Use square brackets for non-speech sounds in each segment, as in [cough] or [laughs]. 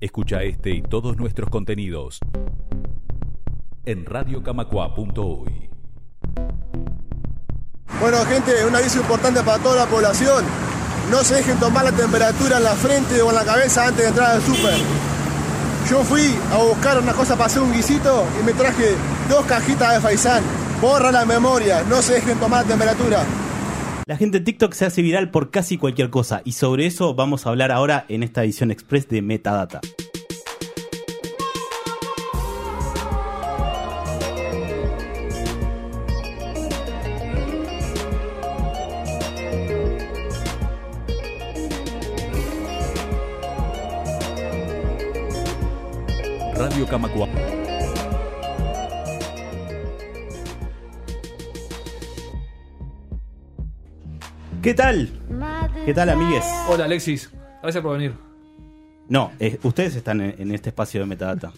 Escucha este y todos nuestros contenidos en radiocamacua.uy. Bueno, gente, un aviso importante para toda la población. No se dejen tomar la temperatura en la frente o en la cabeza antes de entrar al súper. Yo fui a buscar una cosa para hacer un guisito y me traje dos cajitas de faisán. Borra la memoria, no se dejen tomar la temperatura. La gente de TikTok se hace viral por casi cualquier cosa y sobre eso vamos a hablar ahora en esta edición express de Metadata. Radio Camacua. ¿Qué tal? ¿Qué tal, amigues? Hola Alexis, gracias por venir. No, eh, ustedes están en, en este espacio de Metadata.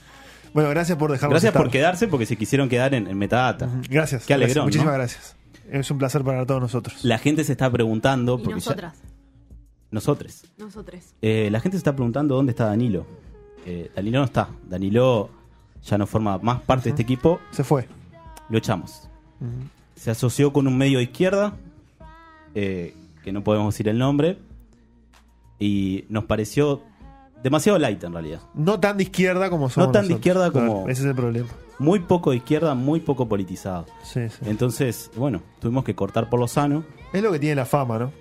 Bueno, gracias por dejarnos Gracias estar. por quedarse porque se quisieron quedar en, en Metadata. Gracias. Qué alegrón, Gracias. Muchísimas ¿no? gracias. Es un placer para todos nosotros. La gente se está preguntando. Y Porque ya- nosotras, Nosotres. nosotros. Eh, la gente se está preguntando dónde está Danilo. Eh, Danilo no está. Danilo ya no forma más parte de este equipo. Se fue. Lo echamos. Se asoció con un medio de izquierda, eh, que no podemos decir el nombre, y nos pareció demasiado light en realidad. No tan de izquierda como somos. No tan de nosotros. izquierda como- Claro, Ese es el problema. Muy poco de izquierda, muy poco politizado. Sí, sí. Eh. Entonces, bueno, tuvimos que cortar por lo sano. Es lo que tiene la fama, ¿no?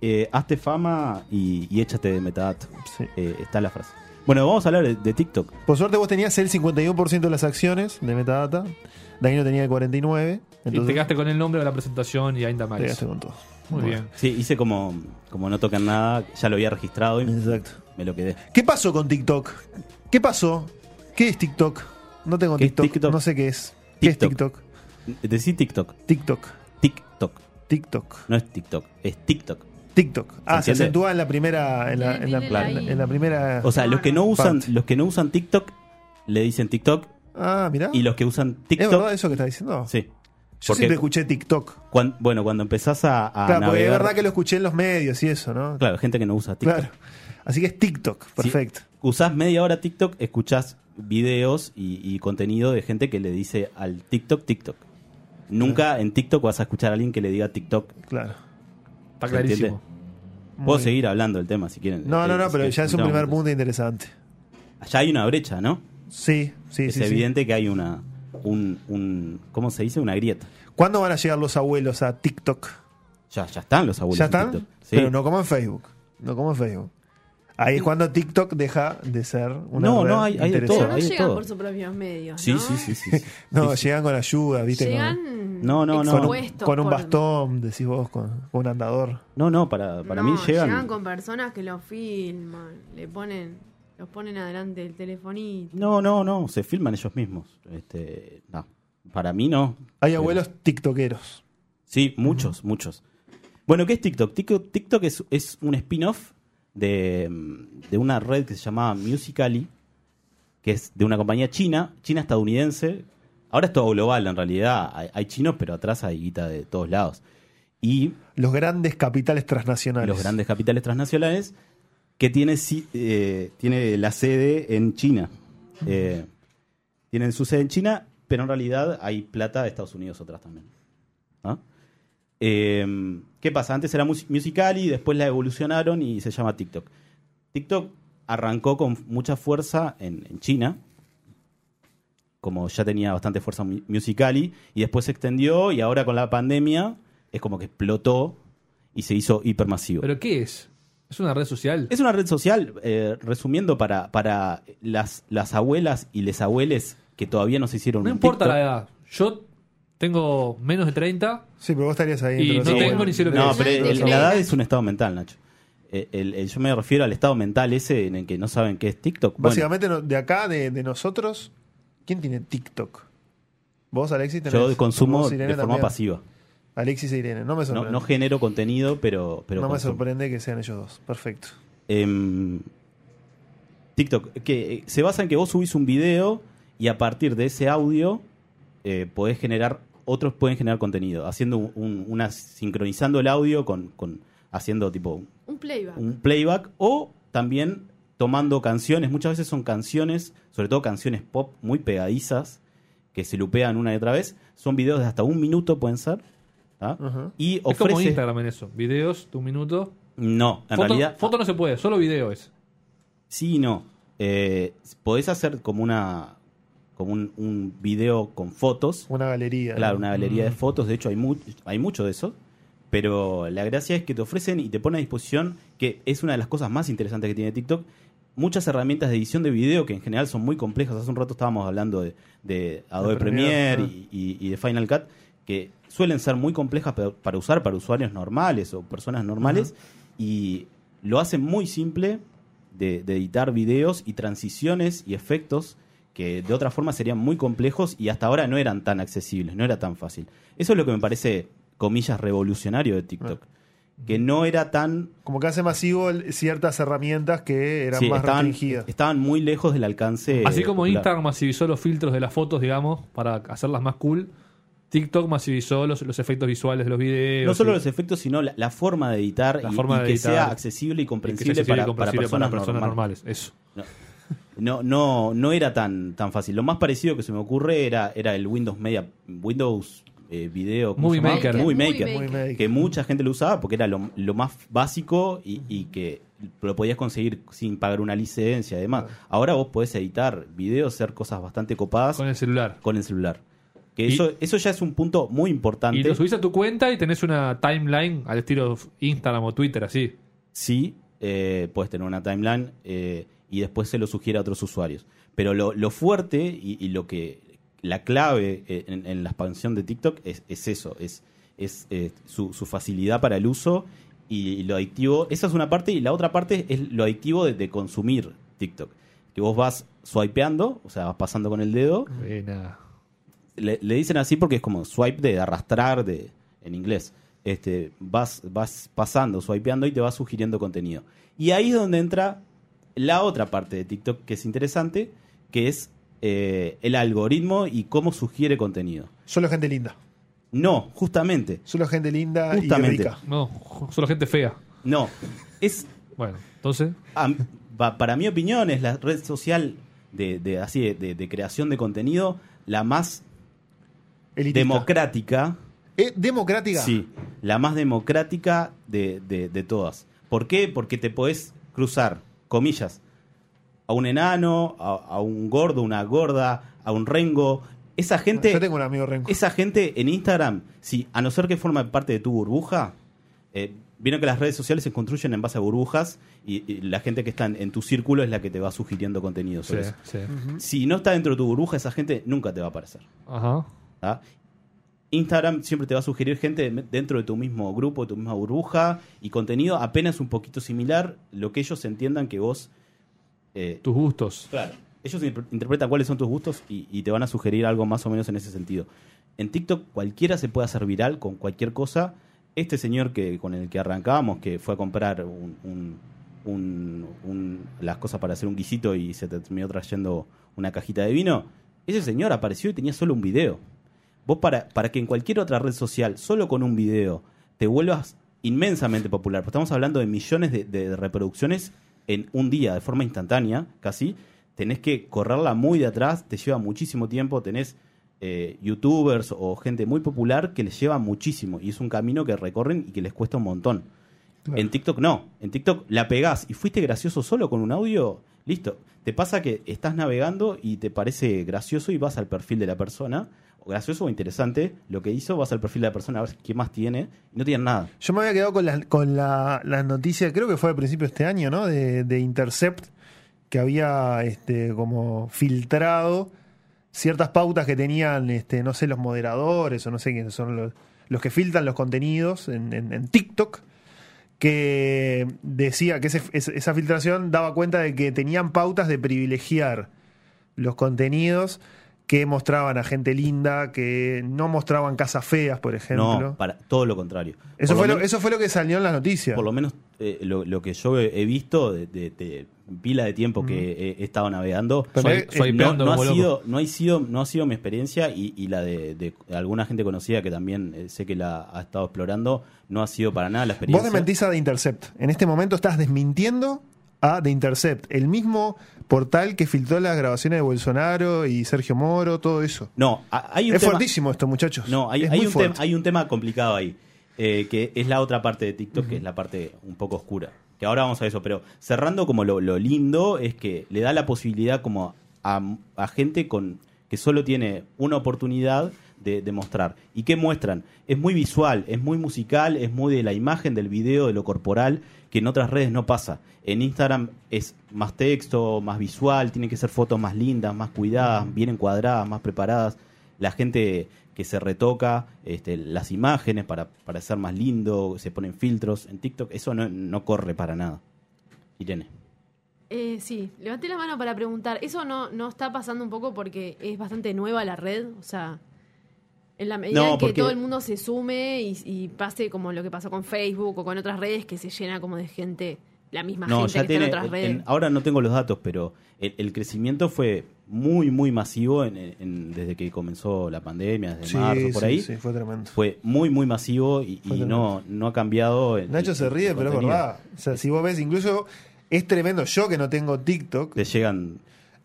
Eh, hazte fama y, y échate de metadato. Sí. Eh, está la frase. Bueno, vamos a hablar de, de TikTok. Por suerte vos tenías el 51% de las acciones de Metadata. Danilo tenía el 49%. y Entonces te quedaste con el nombre de la presentación y ainda más. te quedaste con todo. Muy bien. Sí, hice como, como no tocan nada, ya lo había registrado y Exacto. me lo quedé. ¿Qué pasó con TikTok? ¿Qué pasó? ¿Qué es TikTok? No tengo ¿Qué es TikTok. TikTok? No sé qué es. ¿Qué es TikTok. TikTok? Decí TikTok. TikTok. TikTok. TikTok. No es TikTok, es TikTok. TikTok. Ah, se entiende? acentúa en la primera. En la, en la- Claro. en la primera. O sea, los que no usan, Parte. los que no usan TikTok le dicen TikTok ah, mirá. y los que usan ¿Es verdad TikTok eso que estás diciendo? sí. Yo Porque siempre escuché TikTok. cuan- bueno, cuando empezás a, a claro, porque es navegar, verdad que lo escuché en los medios y eso, ¿no? claro, gente que no usa TikTok. Claro. Así que es TikTok, perfecto. Usás media hora TikTok, escuchás videos y, y contenido de gente que le dice al TikTok TikTok. Nunca en TikTok vas a escuchar a alguien que le diga TikTok. Claro. Está ¿Se entiende? clarísimo. Muy Puedo bien. seguir Eh, hablando del tema si quieren. No, no, no, pero ya es un primer punto punto interesante. Allá hay una brecha, ¿no? Sí, sí, es sí, sí. evidente que hay una, un, un- ¿cómo se dice? Una grieta. ¿Cuándo van a llegar los abuelos a TikTok? Ya, ya están los abuelos. ¿Ya en están? TikTok. Sí. Pero no como en Facebook. No como en Facebook. Ahí es cuando TikTok deja de ser una No, red no, hay- hay de interesante. [laughs] Pero todo, no hay de llegan todo. por sus propios medios. Sí, ¿no? sí, sí, [laughs] sí, sí. No, Sí, sí. llegan con ayuda, ¿viste? Con- Llegan. No, no, no. Con, un, expuestos con un por- bastón, decís vos, con, con un andador. No, no, para, para No, mí llegan. con personas que los filman, le ponen, los ponen adelante el telefonito. No, no, no, se filman ellos mismos. Este, no, para mí no. Hay abuelos tiktokeros. Sí, muchos, muchos. Bueno, ¿qué es TikTok? Tik- TikTok es, es un spin-off de, mm, de una red que se llamaba Musical.ly, que es de una compañía china, china-estadounidense. Ahora es todo global, en realidad. Hay, hay chinos, pero atrás hay guita de todos lados. Y Los grandes capitales transnacionales. los grandes capitales transnacionales, que tiene, si- eh, tiene la sede en China. Eh, tienen su sede en China, pero en realidad hay plata de Estados Unidos atrás también. ¿Ah? Eh, ¿Qué pasa? Antes era musical y después la evolucionaron y se llama TikTok. TikTok arrancó con mucha fuerza en, en China, como ya tenía bastante fuerza musicali, y después se extendió y ahora con la pandemia es como que explotó y se hizo hipermasivo. ¿Pero qué es? ¿Es una red social? Es una red social, eh, resumiendo, para, para las, las abuelas y les abueles que todavía no se hicieron No un importa TikTok. la edad. Yo tengo menos de 30. Sí, pero vos estarías ahí. Y dentro de no esos tengo abuelos. ni sé lo que No, es. pero No, el- no, la no. edad es un estado mental, Nacho. Eh, el- el- yo me refiero al estado mental ese en el que no saben qué es TikTok. Bueno, Básicamente, no- de acá, de, de nosotros, ¿quién tiene TikTok? ¿Vos, Alexis? tenés? yo consumo Vos, de Irene, forma también. pasiva. Alexis e Irene, no me No, sorprende. no genero contenido, pero, pero No me consumo. sorprende que sean ellos dos. Perfecto. em, TikTok, que eh, se basa en que vos subís un video y a partir de ese audio eh, podés generar, otros pueden generar contenido, haciendo un- un- una, sincronizando el audio con, con- haciendo tipo Un playback. un playback o también tomando canciones, muchas veces son canciones, sobre todo canciones pop muy pegadizas, que se lupean una y otra vez. Son videos de hasta un minuto, pueden ser. ¿tá? Ajá. Y Ah. Es como ofrece. Instagram en eso. Videos de un minuto. no, en foto, realidad. foto no se puede, solo video es. Sí y no. Eh, podés hacer como una. como un, un video con fotos. Una galería. Claro, una galería de Mm. fotos, de hecho hay, mu- hay mucho de eso, pero la gracia es que te ofrecen y te ponen a disposición, que es una de las cosas más interesantes que tiene TikTok, muchas herramientas de edición de video que en general son muy complejas. Hace un rato estábamos hablando de, de Adobe De Premiere, Premiere y, y- y de Final Cut, que suelen ser muy complejas pa- para usar para usuarios normales o personas normales, y lo hacen muy simple de, de editar videos y transiciones y efectos que de otra forma serían muy complejos y hasta ahora no eran tan accesibles, no era tan fácil. Eso es lo que me parece, comillas, revolucionario de TikTok. Que no era tan... Como que hace masivo el- ciertas herramientas que eran sí, eh, más estaban, restringidas. estaban muy lejos del alcance. Así como popular. Instagram masivizó los filtros de las fotos, digamos, para hacerlas más cool, TikTok masivizó los, los efectos visuales de los videos. No solo y- los efectos, sino la, la forma de editar eh, La y, forma y de que editar. sea accesible y comprensible, y que sea para, accesible y para comprensible personas, normales. normales. Eso. No, no, no era tan, tan fácil. Lo más parecido que se me ocurre era, era el Windows Media, Windows eh, Video ¿cómo se Movie llamaba? Maker. Movie Movie Maker. Muy que- médico. que mucha gente lo usaba porque era lo, lo más básico y, y que lo podías conseguir sin pagar una licencia y demás. Ahora vos podés editar videos, hacer cosas bastante copadas Con con el, el celular. celular. Que Y- eso, eso ya es un punto muy importante. Y lo subís a tu cuenta y tenés una timeline al estilo Instagram o Twitter, así. sí eh, puedes tener una timeline eh, y después se lo sugiere a otros usuarios. Pero lo, lo fuerte y, y lo que la clave eh, en, en la expansión de TikTok es, es eso, es, es eh, su, su facilidad para el uso y, lo adictivo. Esa es una parte y la otra parte es lo adictivo de, de consumir TikTok. Que vos vas swipeando, o sea, vas pasando con el dedo Eh, nada. le, le dicen así porque es como swipe de arrastrar de, en inglés. Este, vas, vas pasando, swipeando y te va sugiriendo contenido. Y ahí es donde entra la otra parte de TikTok que es interesante, que es eh, el algoritmo y cómo sugiere contenido. Solo gente linda. No, justamente, Solo gente linda y Justamente. rica. No, solo gente fea. no. Es, Bueno, entonces. a m- pa- para mi opinión, es la red social de, de- así, de- de- de creación de contenido la más Elitista. democrática Eh, democrática. Sí, la más democrática de, de- de todas. ¿Por qué? Porque te podés cruzar, comillas, a un enano, a, a un gordo, una gorda, a un rengo. Esa gente, Yo tengo un amigo renco. esa gente en Instagram, sí, a no ser que forme parte de tu burbuja, eh, vieron que las redes sociales se construyen en base a burbujas y, y la gente que está en, en tu círculo es la que te va sugiriendo contenido. Sí, sobre eso. sí. Si no está dentro de tu burbuja, esa gente nunca te va a aparecer. Ajá. ¿tá? Instagram siempre te va a sugerir gente de- dentro de tu mismo grupo, de tu misma burbuja y contenido apenas un poquito similar, lo que ellos entiendan que vos... eh, Tus gustos. claro, ellos inter- interpretan cuáles son tus gustos y, y te van a sugerir algo más o menos en ese sentido. En TikTok cualquiera se puede hacer viral con cualquier cosa. Este señor que con el que arrancábamos, que fue a comprar un- un- un- un- las cosas para hacer un guisito y se terminó trayendo una cajita de vino, ese señor apareció y tenía solo un video. Vos para, para que en cualquier otra red social, solo con un video, te vuelvas inmensamente popular, porque estamos hablando de millones de, de reproducciones en un día, de forma instantánea, casi, tenés que correrla muy de atrás, te lleva muchísimo tiempo, tenés eh, youtubers o gente muy popular que les lleva muchísimo, y es un camino que recorren y que les cuesta un montón. En TikTok no. En TikTok la pegás y fuiste gracioso solo con un audio, listo. Te pasa que estás navegando y te parece gracioso y vas al perfil de la persona, o gracioso o interesante, lo que hizo, vas al perfil de la persona a ver qué más tiene, y no tiene nada. Yo me había quedado con las con la, las noticias, creo que fue a principio de este año, ¿no? De, de Intercept, que había este, como filtrado ciertas pautas que tenían, este, no sé, los moderadores o no sé quiénes son los, los que filtran los contenidos en, en- en TikTok, que decía que ese- es- esa filtración daba cuenta de que tenían pautas de privilegiar los contenidos que mostraban a gente linda, que no mostraban casas feas, por ejemplo. No, para todo lo contrario. Eso Por fue, lo lo, men- eso fue lo que salió en las noticias. Por lo menos eh, lo, lo que yo he he visto de, de- de pila de tiempo que he, he estado navegando, Pero Soy- eh, soy eh, no, peando no ha como loco. sido, no, ha sido, no ha sido mi experiencia y, y la de, de alguna gente conocida que también eh, sé que la ha estado explorando, no ha sido para nada la Vos experiencia. desmentís a The Intercept. En este momento estás desmintiendo a The Intercept, el mismo portal que filtró las grabaciones de Bolsonaro y Sergio Moro, todo eso. No, ha- hay un es tema- fuertísimo esto, muchachos. No, hay, Es hay muy un, fuerte. tema, hay un tema complicado ahí, eh, que es la otra parte de TikTok, que es la parte un poco oscura. Que ahora vamos a eso, pero cerrando como lo, lo lindo es que le da la posibilidad como a, a gente con que solo tiene una oportunidad de, de mostrar. ¿Y qué muestran? Es muy visual, es muy musical, es muy de la imagen, del video, de lo corporal, que en otras redes no pasa. En Instagram es más texto, más visual, tienen que ser fotos más lindas, más cuidadas, bien encuadradas, más preparadas la gente que se retoca este, las imágenes para parecer más lindo, se ponen filtros en TikTok, eso no, no corre para nada. Irene. Eh, sí, levanté la mano para preguntar. ¿Eso no, no está pasando un poco porque es bastante nueva la red? O sea, en la medida No, en que porque- todo el mundo se sume y, y pase como lo que pasó con Facebook o con otras redes que se llena como de gente, la misma no, gente que tiene- está en otras redes. en- ahora no tengo los datos, pero el, el crecimiento fue muy, muy masivo en- en- desde que comenzó la pandemia, desde Sí, marzo, por sí, ahí. sí, fue tremendo. Fue muy, muy masivo y, y Fue no, no ha cambiado. el- Nacho el- se ríe, el pero es contenido. verdad. O sea, si vos ves, incluso es tremendo. Yo que no tengo TikTok, Te llegan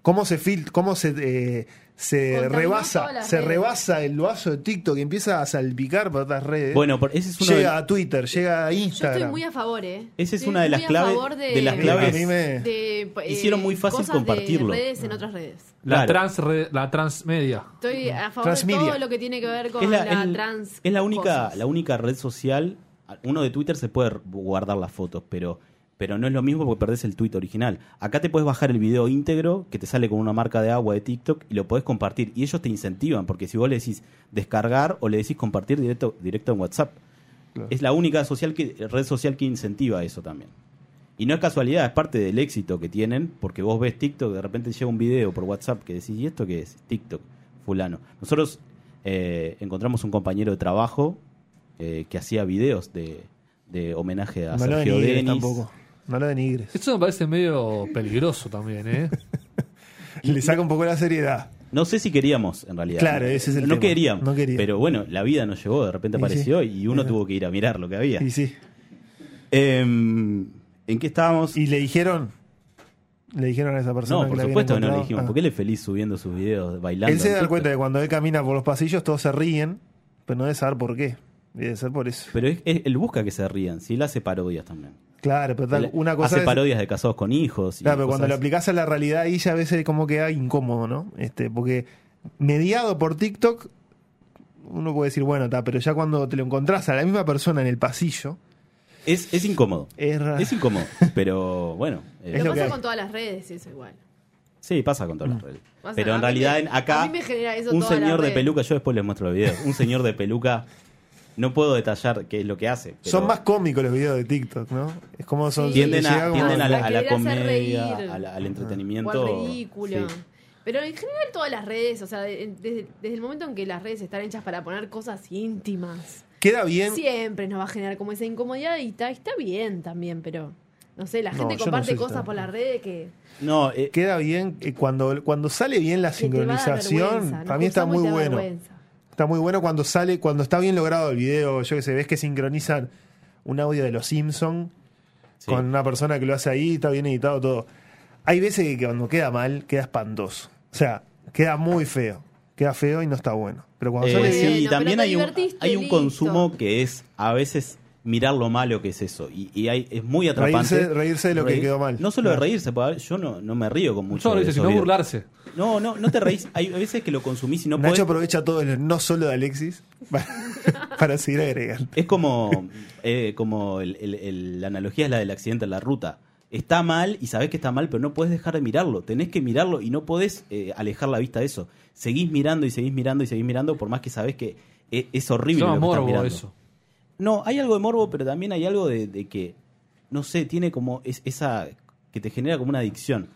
cómo se fil cómo se, eh, se Contaminó rebasa, todas las se redes. rebasa el vaso de TikTok y empieza a salpicar por otras redes. Bueno, por- ese es uno llega de- a Twitter, llega a Yo Instagram. estoy muy a favor, ¿eh? Esa es Estoy una de las muy a claves- favor de las A mí- claves- a mí me- de, eh, Hicieron muy fácil cosas de compartirlo. redes en otras redes. La, Claro. transre- la transmedia. Estoy a favor Transmedia. de todo lo que tiene que ver con es la, la, es- trans. es la única cosas. la única red social uno de Twitter se puede guardar las fotos pero pero no es lo mismo porque perdés el tweet original acá te puedes bajar el video íntegro que te sale con una marca de agua de TikTok y lo podés compartir y ellos te incentivan porque si vos le decís descargar o le decís compartir directo directo en WhatsApp es la única social que, red social que incentiva eso también y no es casualidad, es parte del éxito que tienen, porque vos ves TikTok, de repente llega un video por WhatsApp que decís, ¿y esto qué es? TikTok, fulano. Nosotros eh, encontramos un compañero de trabajo eh, que hacía videos de, de homenaje a no lo Sergio denigres Denis. tampoco. No lo [laughs] denigres. Eso me parece medio peligroso también, ¿eh? Le saca un poco la seriedad. No sé si queríamos, en realidad. Claro, ese es el no tema. Queríamos, No quería. Pero bueno, la vida nos llegó, de repente Y sí. apareció y uno Ajá. tuvo que ir a mirar lo que había. Y sí. Em, ¿En qué estábamos? Y le dijeron. Le dijeron a esa persona. no, por la habían supuesto que no le encontrado. dijimos, Ah. porque él es feliz subiendo sus videos, bailando. Él se en da TikTok. cuenta de que cuando él camina por los pasillos todos se ríen, pero no debe saber por qué. Debe ser por eso. Pero es- es- él busca que se rían, sí, él hace parodias también. Claro, pero tal- Él una cosa hace es- parodias de casados con hijos. y Claro, pero cuando cosas- lo aplicás a la realidad ahí ya a veces como queda incómodo, ¿no? Este, porque mediado por TikTok, uno puede decir, bueno, está, pero ya cuando te lo encontrás a la misma persona en el pasillo, es, es incómodo. es raro. Es [laughs] incómodo, pero bueno. eh, Eh, ah. es lo lo que Mm. pasa hay. con todas las redes, eso igual. sí, pasa con todas las redes. Pasa, pero a en mí realidad me- en- acá, a mí me genera eso un todas las señor de redes. peluca, yo después les muestro los videos, un señor de peluca, no puedo detallar qué es lo que hace. pero Son más cómicos los videos de TikTok, ¿no? Es como son... Sí. Tienden te llega a, como- Ah. tienden a la, a la A querer hacer reír. comedia, a la- al O al entretenimiento. ridículo. sí. Pero en general todas las redes, o sea, de- desde, desde el momento en que las redes están hechas para poner cosas íntimas, Queda bien... siempre nos va a generar como esa incomodidad y está, está bien también, pero no sé, la No, gente yo no comparte sé si cosas está- por las redes que... No, eh, Queda bien eh, cuando, cuando sale bien la que te va a dar sincronización, vergüenza, para nos mí está cruzamos y muy te da bueno. vergüenza. Está muy bueno cuando sale, cuando está bien logrado el video, yo que sé, ves que sincronizan un audio de los Simpson Sí. con una persona que lo hace ahí, está bien editado todo. Hay veces que cuando queda mal, queda espantoso. O sea, queda muy feo. Queda feo y no está bueno. Pero cuando Eh, sale sí, bien, Bueno, también pero te hay un, divertiste, hay un listo. consumo que es a veces mirar lo malo que es eso. Y, y hay- es muy atrapante. Reírse- reírse de lo que quedó mal. No solo de Claro. reírse, porque a ver, yo no, no me río con [laughs] No mucho. solo de dice, esos sino videos. burlarse. No, no, no te reís. Hay veces que lo consumís y no Nacho podés. aprovecha todo el no solo de Alexis [laughs] para, para seguir agregando. Es como, [laughs] eh, como el- el- el- la analogía es la del accidente en la ruta. Está mal y sabés que está mal, pero no podés dejar de mirarlo. Tenés que mirarlo y no podés eh, alejar la vista de eso. Seguís mirando y seguís mirando y seguís mirando, por más que sabés que es, es Se horrible. llama lo que estás morbo mirando. eso. No, hay algo de morbo, pero también hay algo de, de que, no sé, tiene como es- esa que te genera como una adicción.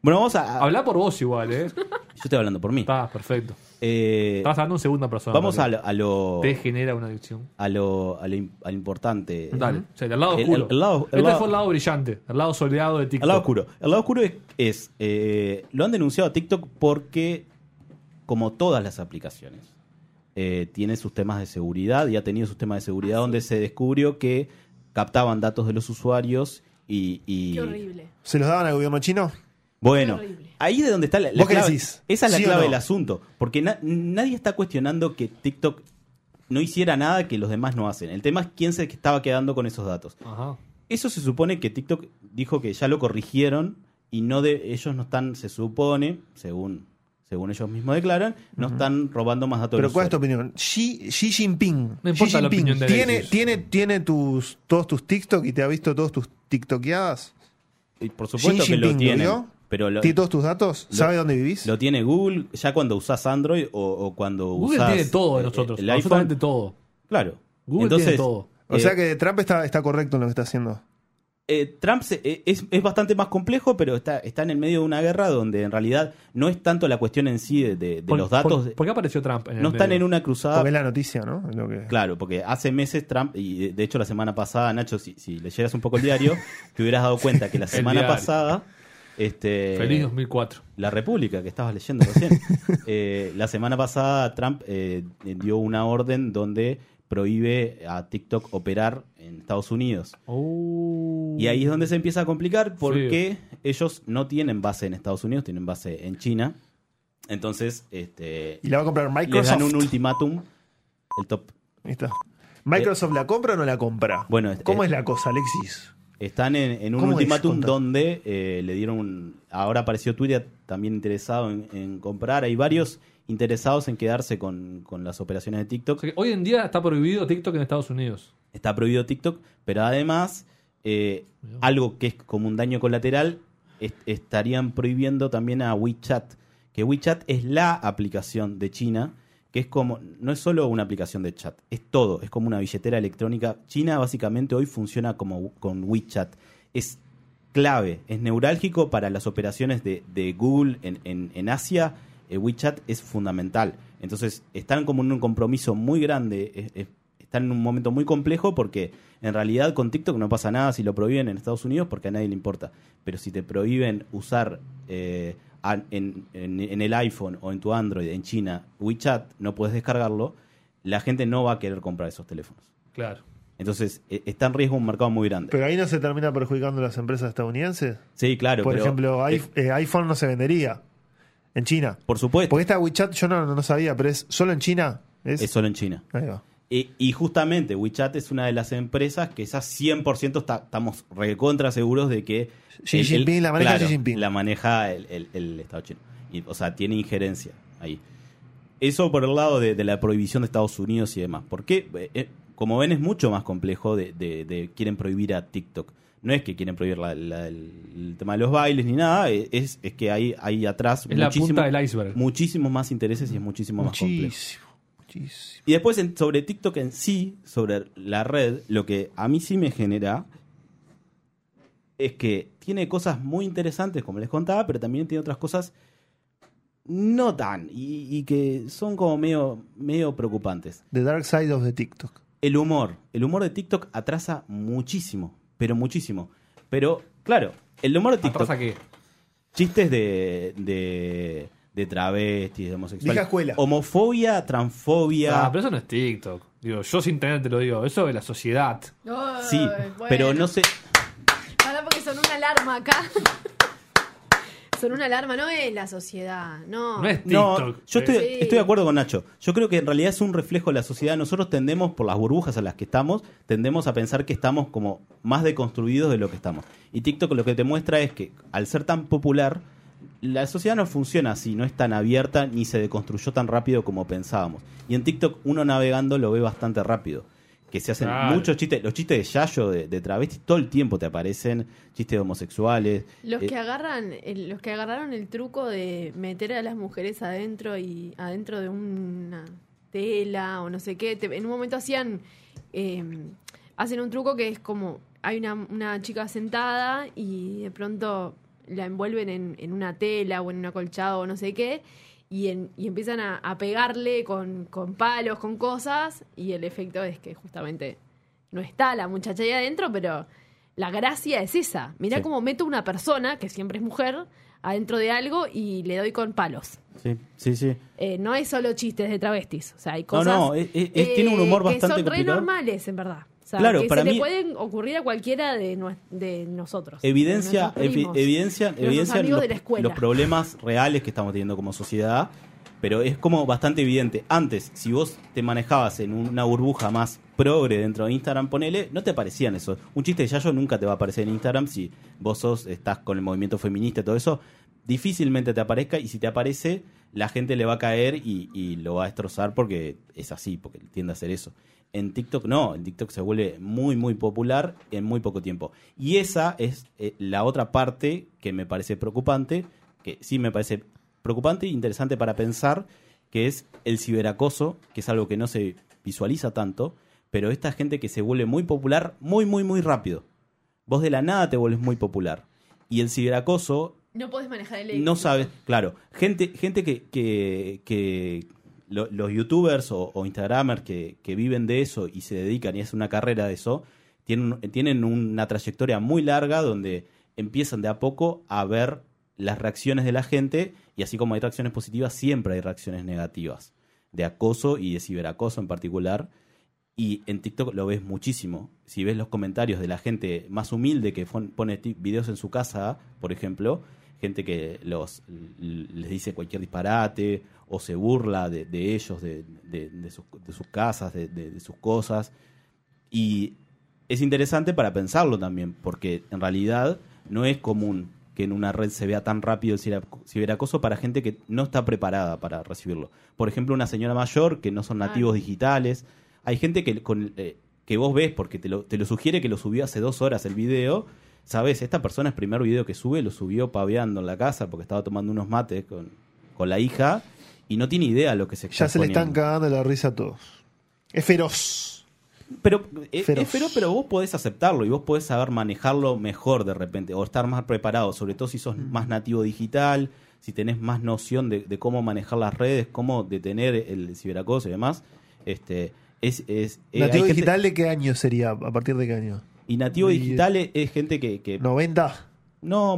Bueno, vamos a... Habla por vos [laughs] igual, ¿eh? Yo estoy hablando por mí. Está, perfecto. Eh, Estás hablando en segunda persona. vamos a porque lo, a lo, Te genera una adicción. a lo, a lo im- a lo importante. Dale. O sea, del lado Eh, El- oscuro. el- el lado- el este lado- fue el lado brillante. El lado soleado de TikTok. El lado oscuro. El lado oscuro es... es, eh, lo han denunciado a TikTok porque, como todas las aplicaciones, eh, tiene sus temas de Ah, seguridad y ha tenido sus temas de seguridad donde se descubrió que captaban datos de los usuarios Y, y- Qué horrible. ¿Se los daban al gobierno chino? Bueno, Qué horrible. ahí de donde está la, la ¿Vos qué clave. decís? Esa es la ¿Sí o clave no? del asunto. Porque na- nadie está cuestionando que TikTok no hiciera nada que los demás no hacen. El tema es quién se estaba quedando con esos datos. Ajá. Eso se supone que TikTok dijo que ya lo corrigieron y no de ellos no están, se supone, según según ellos mismos declaran, no están robando más datos. Pero del ¿cuál es tu usuario. opinión? Xi, Xi Jinping. No importa Xi la opinión de ¿Tiene, Alexis. tiene, tiene tus, todos tus TikTok y te ha visto todos tus TikTokeadas? Y por supuesto Xi que lo Jinping, tienen, ¿no? pero lo, ¿Tiene todos tus datos? lo- ¿Sabe dónde vivís? lo tiene Google ya cuando usás Android o, o cuando Google usás tiene todo de eh, nosotros. el absolutamente iPhone. todo. Claro. Google Entonces, tiene todo. o eh, sea que Trump está, está correcto en lo que está haciendo. eh, Trump se- eh, es, es bastante más complejo, pero está, está en el medio de una guerra donde en realidad no es tanto la cuestión en sí de, de- de Por- los datos. ¿Por, por qué apareció Trump? el no están medio? en una cruzada. Porque es la noticia, ¿no? Es lo que- Ah. Claro, porque hace meses Trump, y de- de hecho la semana pasada, Nacho, si, si leyeras un poco el [laughs] diario, te hubieras dado cuenta que la semana diario. pasada, este, Feliz 2004. la República, que estabas leyendo [laughs] recién, eh, la semana pasada Trump eh, dio una orden donde prohíbe a TikTok operar en Estados Unidos. Oh. Y ahí es donde se empieza a complicar porque ellos no tienen base en Estados Unidos, tienen base en China. Entonces, este, ¿Y la va a comprar les Microsoft? dan un ultimátum. El top Ahí está. ¿Microsoft la compra o no la compra? Bueno, este- ¿Cómo es la cosa, Alexis? Están en, en un ¿Cómo es? ultimátum Contá. donde eh, le dieron. un- ahora apareció Twitter también interesado en, en comprar. Hay varios interesados en quedarse con, con las operaciones de O TikTok. sea que hoy en día está prohibido TikTok en Estados Unidos. Está prohibido TikTok, pero además, eh, algo que es como un daño colateral, es- estarían prohibiendo también a WeChat. Que WeChat es la aplicación de China, que es como. No es solo una aplicación de chat, es todo. Es como una billetera electrónica. China básicamente hoy funciona como con WeChat. Es clave, es neurálgico para las operaciones de, de Google en, en- en Asia. eh, WeChat es fundamental. Entonces, están como en un compromiso muy grande, es- es- están en un momento muy complejo porque en realidad con TikTok no pasa nada si lo prohíben en Estados Unidos porque a nadie le importa. Pero si te prohíben usar eh, a- en, en- en el iPhone o en tu Android en China WeChat, no puedes descargarlo, la gente no va a querer comprar esos teléfonos. Claro. Entonces, eh, está en riesgo un mercado muy grande. Pero ahí no se termina perjudicando las empresas estadounidenses. sí, claro. Por pero- ejemplo, eh, iP- eh, iPhone no se vendería en China. por supuesto. Porque esta WeChat yo no, no sabía, pero es solo en China. Es, Es solo en China. Ahí va. Y, y justamente WeChat es una de las empresas que esa 100% está- estamos recontra seguros de que... Xi Jinping, la maneja Xi Jinping. La maneja el, el- el Estado chino. Y, o sea, tiene injerencia ahí. Eso por el lado de, de la prohibición de Estados Unidos y demás. Porque, eh, eh, como ven, es mucho más complejo de, de- de- quieren prohibir a TikTok. No es que quieren prohibir la- la- el tema de los bailes ni nada, eh, es, es que hay, hay atrás Es la muchísimo- punta del iceberg. muchísimos más intereses y es muchísimo más complejo. Muchísimo, muchísimo. Y después en- sobre TikTok en sí, sobre la red, lo que a mí sí me genera es que tiene cosas muy interesantes, como les contaba, pero también tiene otras cosas no tan y, y que son como medio, medio preocupantes. The Dark Side of the TikTok. El humor. El humor de TikTok atrasa muchísimo, pero muchísimo. Pero, claro, el humor de TikTok... ¿Atrasa qué? Chistes de, de, de travestis, de homosexuales. Vieja escuela. Homofobia, transfobia... Ah, pero eso no es TikTok. Digo, yo sin tener te lo digo. Eso es la sociedad. Ay, Sí, bueno. pero no sé... Pará porque son una alarma acá. [laughs] son una alarma, no es la sociedad, no. No es No, TikTok. yo estoy, Sí. estoy de acuerdo con Nacho. Yo creo que en realidad es un reflejo de la sociedad. Nosotros tendemos, por las burbujas a las que estamos, tendemos a pensar que estamos como más deconstruidos de lo que estamos. Y TikTok lo que te muestra es que al ser tan popular, la sociedad no funciona así, no es tan abierta ni se deconstruyó tan rápido como pensábamos. Y en TikTok uno navegando lo ve bastante rápido. Que se hacen Claro. muchos chistes, los chistes de Yayo, de, de travestis, todo el tiempo te aparecen, chistes de homosexuales. Los Eh, que agarran, el- los que agarraron el truco de meter a las mujeres adentro y adentro de una tela o no sé qué, te- en un momento hacían, eh, hacen un truco que es como hay una, una chica sentada y de pronto la envuelven en, en una tela o en un acolchado o no sé qué. Y, en- y empiezan a, a pegarle con, con palos, con cosas, y el efecto es que justamente no está la muchacha ahí adentro, pero la gracia es esa. Mirá Sí. cómo meto una persona, que siempre es mujer, adentro de algo y le doy con palos. sí, sí, sí. Eh, no es solo chistes de travestis. O sea, hay cosas. eh, no, es- es- es- tiene un humor que bastante son re complicado. normales, en verdad. O sea, Claro, que para se mí- le pueden ocurrir a cualquiera de, nue- de nosotros. Evidencia, de nuestros evi- primos. evidencia, nuestros evidencia amigos los, de la escuela. los problemas reales que estamos teniendo como sociedad, pero es como bastante evidente. Antes, si vos te manejabas en una burbuja más progre dentro de Instagram, ponele, no te parecían eso. Un chiste de Yayo nunca te va a aparecer en Instagram si vos sos, estás con el movimiento feminista y todo eso. Difícilmente te aparezca y si te aparece, la gente le va a caer y, y lo va a destrozar porque es así, porque tiende a hacer eso. En TikTok no, en TikTok se vuelve muy, muy popular en muy poco tiempo. Y esa es eh, la otra parte que me parece preocupante, que sí me parece preocupante e interesante para pensar, que es el ciberacoso, que es algo que no se visualiza tanto, pero esta gente que se vuelve muy popular muy, muy, muy rápido. Vos de la nada te vuelves muy popular. Y el ciberacoso No podés manejar el no sabes, claro, gente, gente que, que, que lo- los youtubers o, o instagramers que, que viven de eso y se dedican y hacen una carrera de eso, tienen, un- tienen una trayectoria muy larga donde empiezan de a poco a ver las reacciones de la gente y así como hay reacciones positivas, siempre hay reacciones negativas de acoso y de ciberacoso en particular. Y en TikTok lo ves muchísimo. Si ves los comentarios de la gente más humilde que fon- pone ti- videos en su casa, por ejemplo, gente que los l- les dice cualquier disparate o se burla de, de ellos, de, de- de sus, de sus casas, de, de- de sus cosas. Y es interesante para pensarlo también, porque en realidad no es común que en una red se vea tan rápido el ciberac- ciberacoso para gente que no está preparada para recibirlo. Por ejemplo, una señora mayor que no son Claro. nativos digitales. Hay gente que, con, eh, que vos ves porque te lo, te lo sugiere que lo subió hace dos horas el video. Sabes, esta persona el primer video que sube lo subió paveando en la casa porque estaba tomando unos mates con, con la hija y no tiene idea lo que se está Ya se le están exponiendo. cagando la risa a todos. Es feroz. Pero eh, Feroz. es feroz, pero vos podés aceptarlo y vos podés saber manejarlo mejor de repente, o estar más preparado, sobre todo si Mm. sos más nativo digital, si tenés más noción de, de cómo manejar las redes, cómo detener el ciberacoso y demás. Este, es, es, eh, hay ¿Nativo gente- digital de qué año sería? ¿A partir de qué año? y nativo y- digital e-, es, es gente que, que- no. ¿90?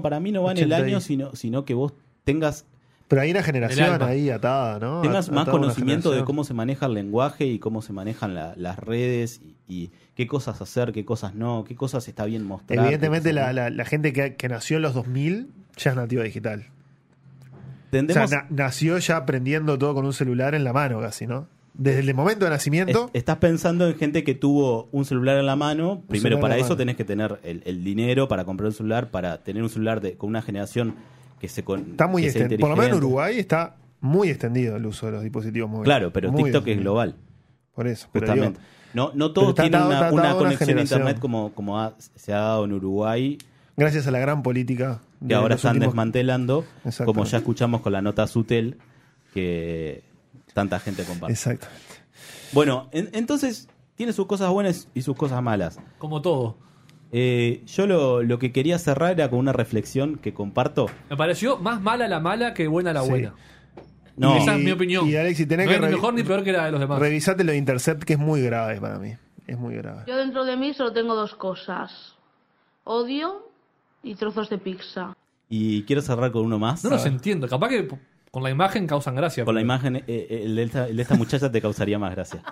para mí no va en el 80 y- año, sino, sino que vos tengas Pero hay una Del generación alma. ahí atada, ¿no? tengas At- más atada una conocimiento de generación. cómo se maneja el lenguaje y cómo se manejan la- las redes y, y qué cosas hacer, qué cosas no, qué cosas está bien mostrar. qué Evidentemente, cosas la, no. la- la gente que, que nació en los 2000 ya es nativa digital. O sea, Tendemos- na- nació ya aprendiendo todo con un celular en la mano casi, ¿no? Desde el momento de nacimiento. Es- estás pensando en gente que tuvo un celular en la mano. Primero, celular para en la eso mano. tenés que tener el, el dinero para comprar un celular, para tener un celular de, con una generación que se con, está muy que sea extendido. Por lo menos en inteligente. Uruguay está muy extendido el uso de los dispositivos móviles. Claro, pero Muy TikTok es extendido. global, Por eso. Pero digo, justamente. no, no pero todos está tienen atado- una, está una atado a una conexión a generación. internet como, como ha- se ha dado en Uruguay, gracias a la gran política. que de ahora los están últimos- desmantelando, Exacto. como ya escuchamos con la nota Sutel, que tanta gente comparte. Exactamente. Bueno, en- entonces tiene sus cosas buenas y sus cosas malas. Como todo. Eh, yo lo, lo que quería cerrar era con una reflexión que comparto. Me pareció más mala la mala que buena la Sí. buena. No, Esa es Y- mi opinión. y, Alexis, tenés no que es ni revi- mejor ni peor que la de los demás. Revisate lo de Intercept, que es muy grave para mí. Es muy grave. Yo dentro de mí solo tengo dos cosas. Odio y trozos de pizza. y quiero cerrar con uno más. no los entiendo. Capaz que p- con la imagen causan gracia. Con la pero- imagen, eh, eh, el, de esta, el de esta muchacha te causaría más gracia.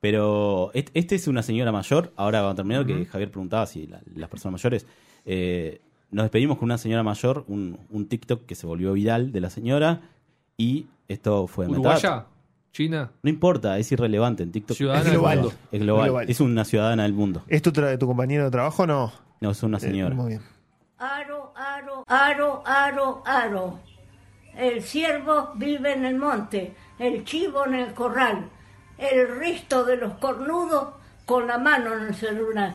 Pero est- este es una señora mayor. Ahora vamos a terminar, que Javier preguntaba si la- las personas mayores. eh, nos despedimos con una señora mayor, un, un TikTok que se volvió viral de la señora. Y esto fue inventado. Uruguaya, China. No importa, es irrelevante en TikTok. Ciudadana del global. mundo. Es global. Global. Es una ciudadana del mundo. ¿Es tu, tra- tu compañero de trabajo o no? No, es una Eh, señora. muy bien. Aro, aro, aro, aro, aro. El ciervo vive en el monte, el chivo en el corral, el risto de los cornudos con la mano en el celular.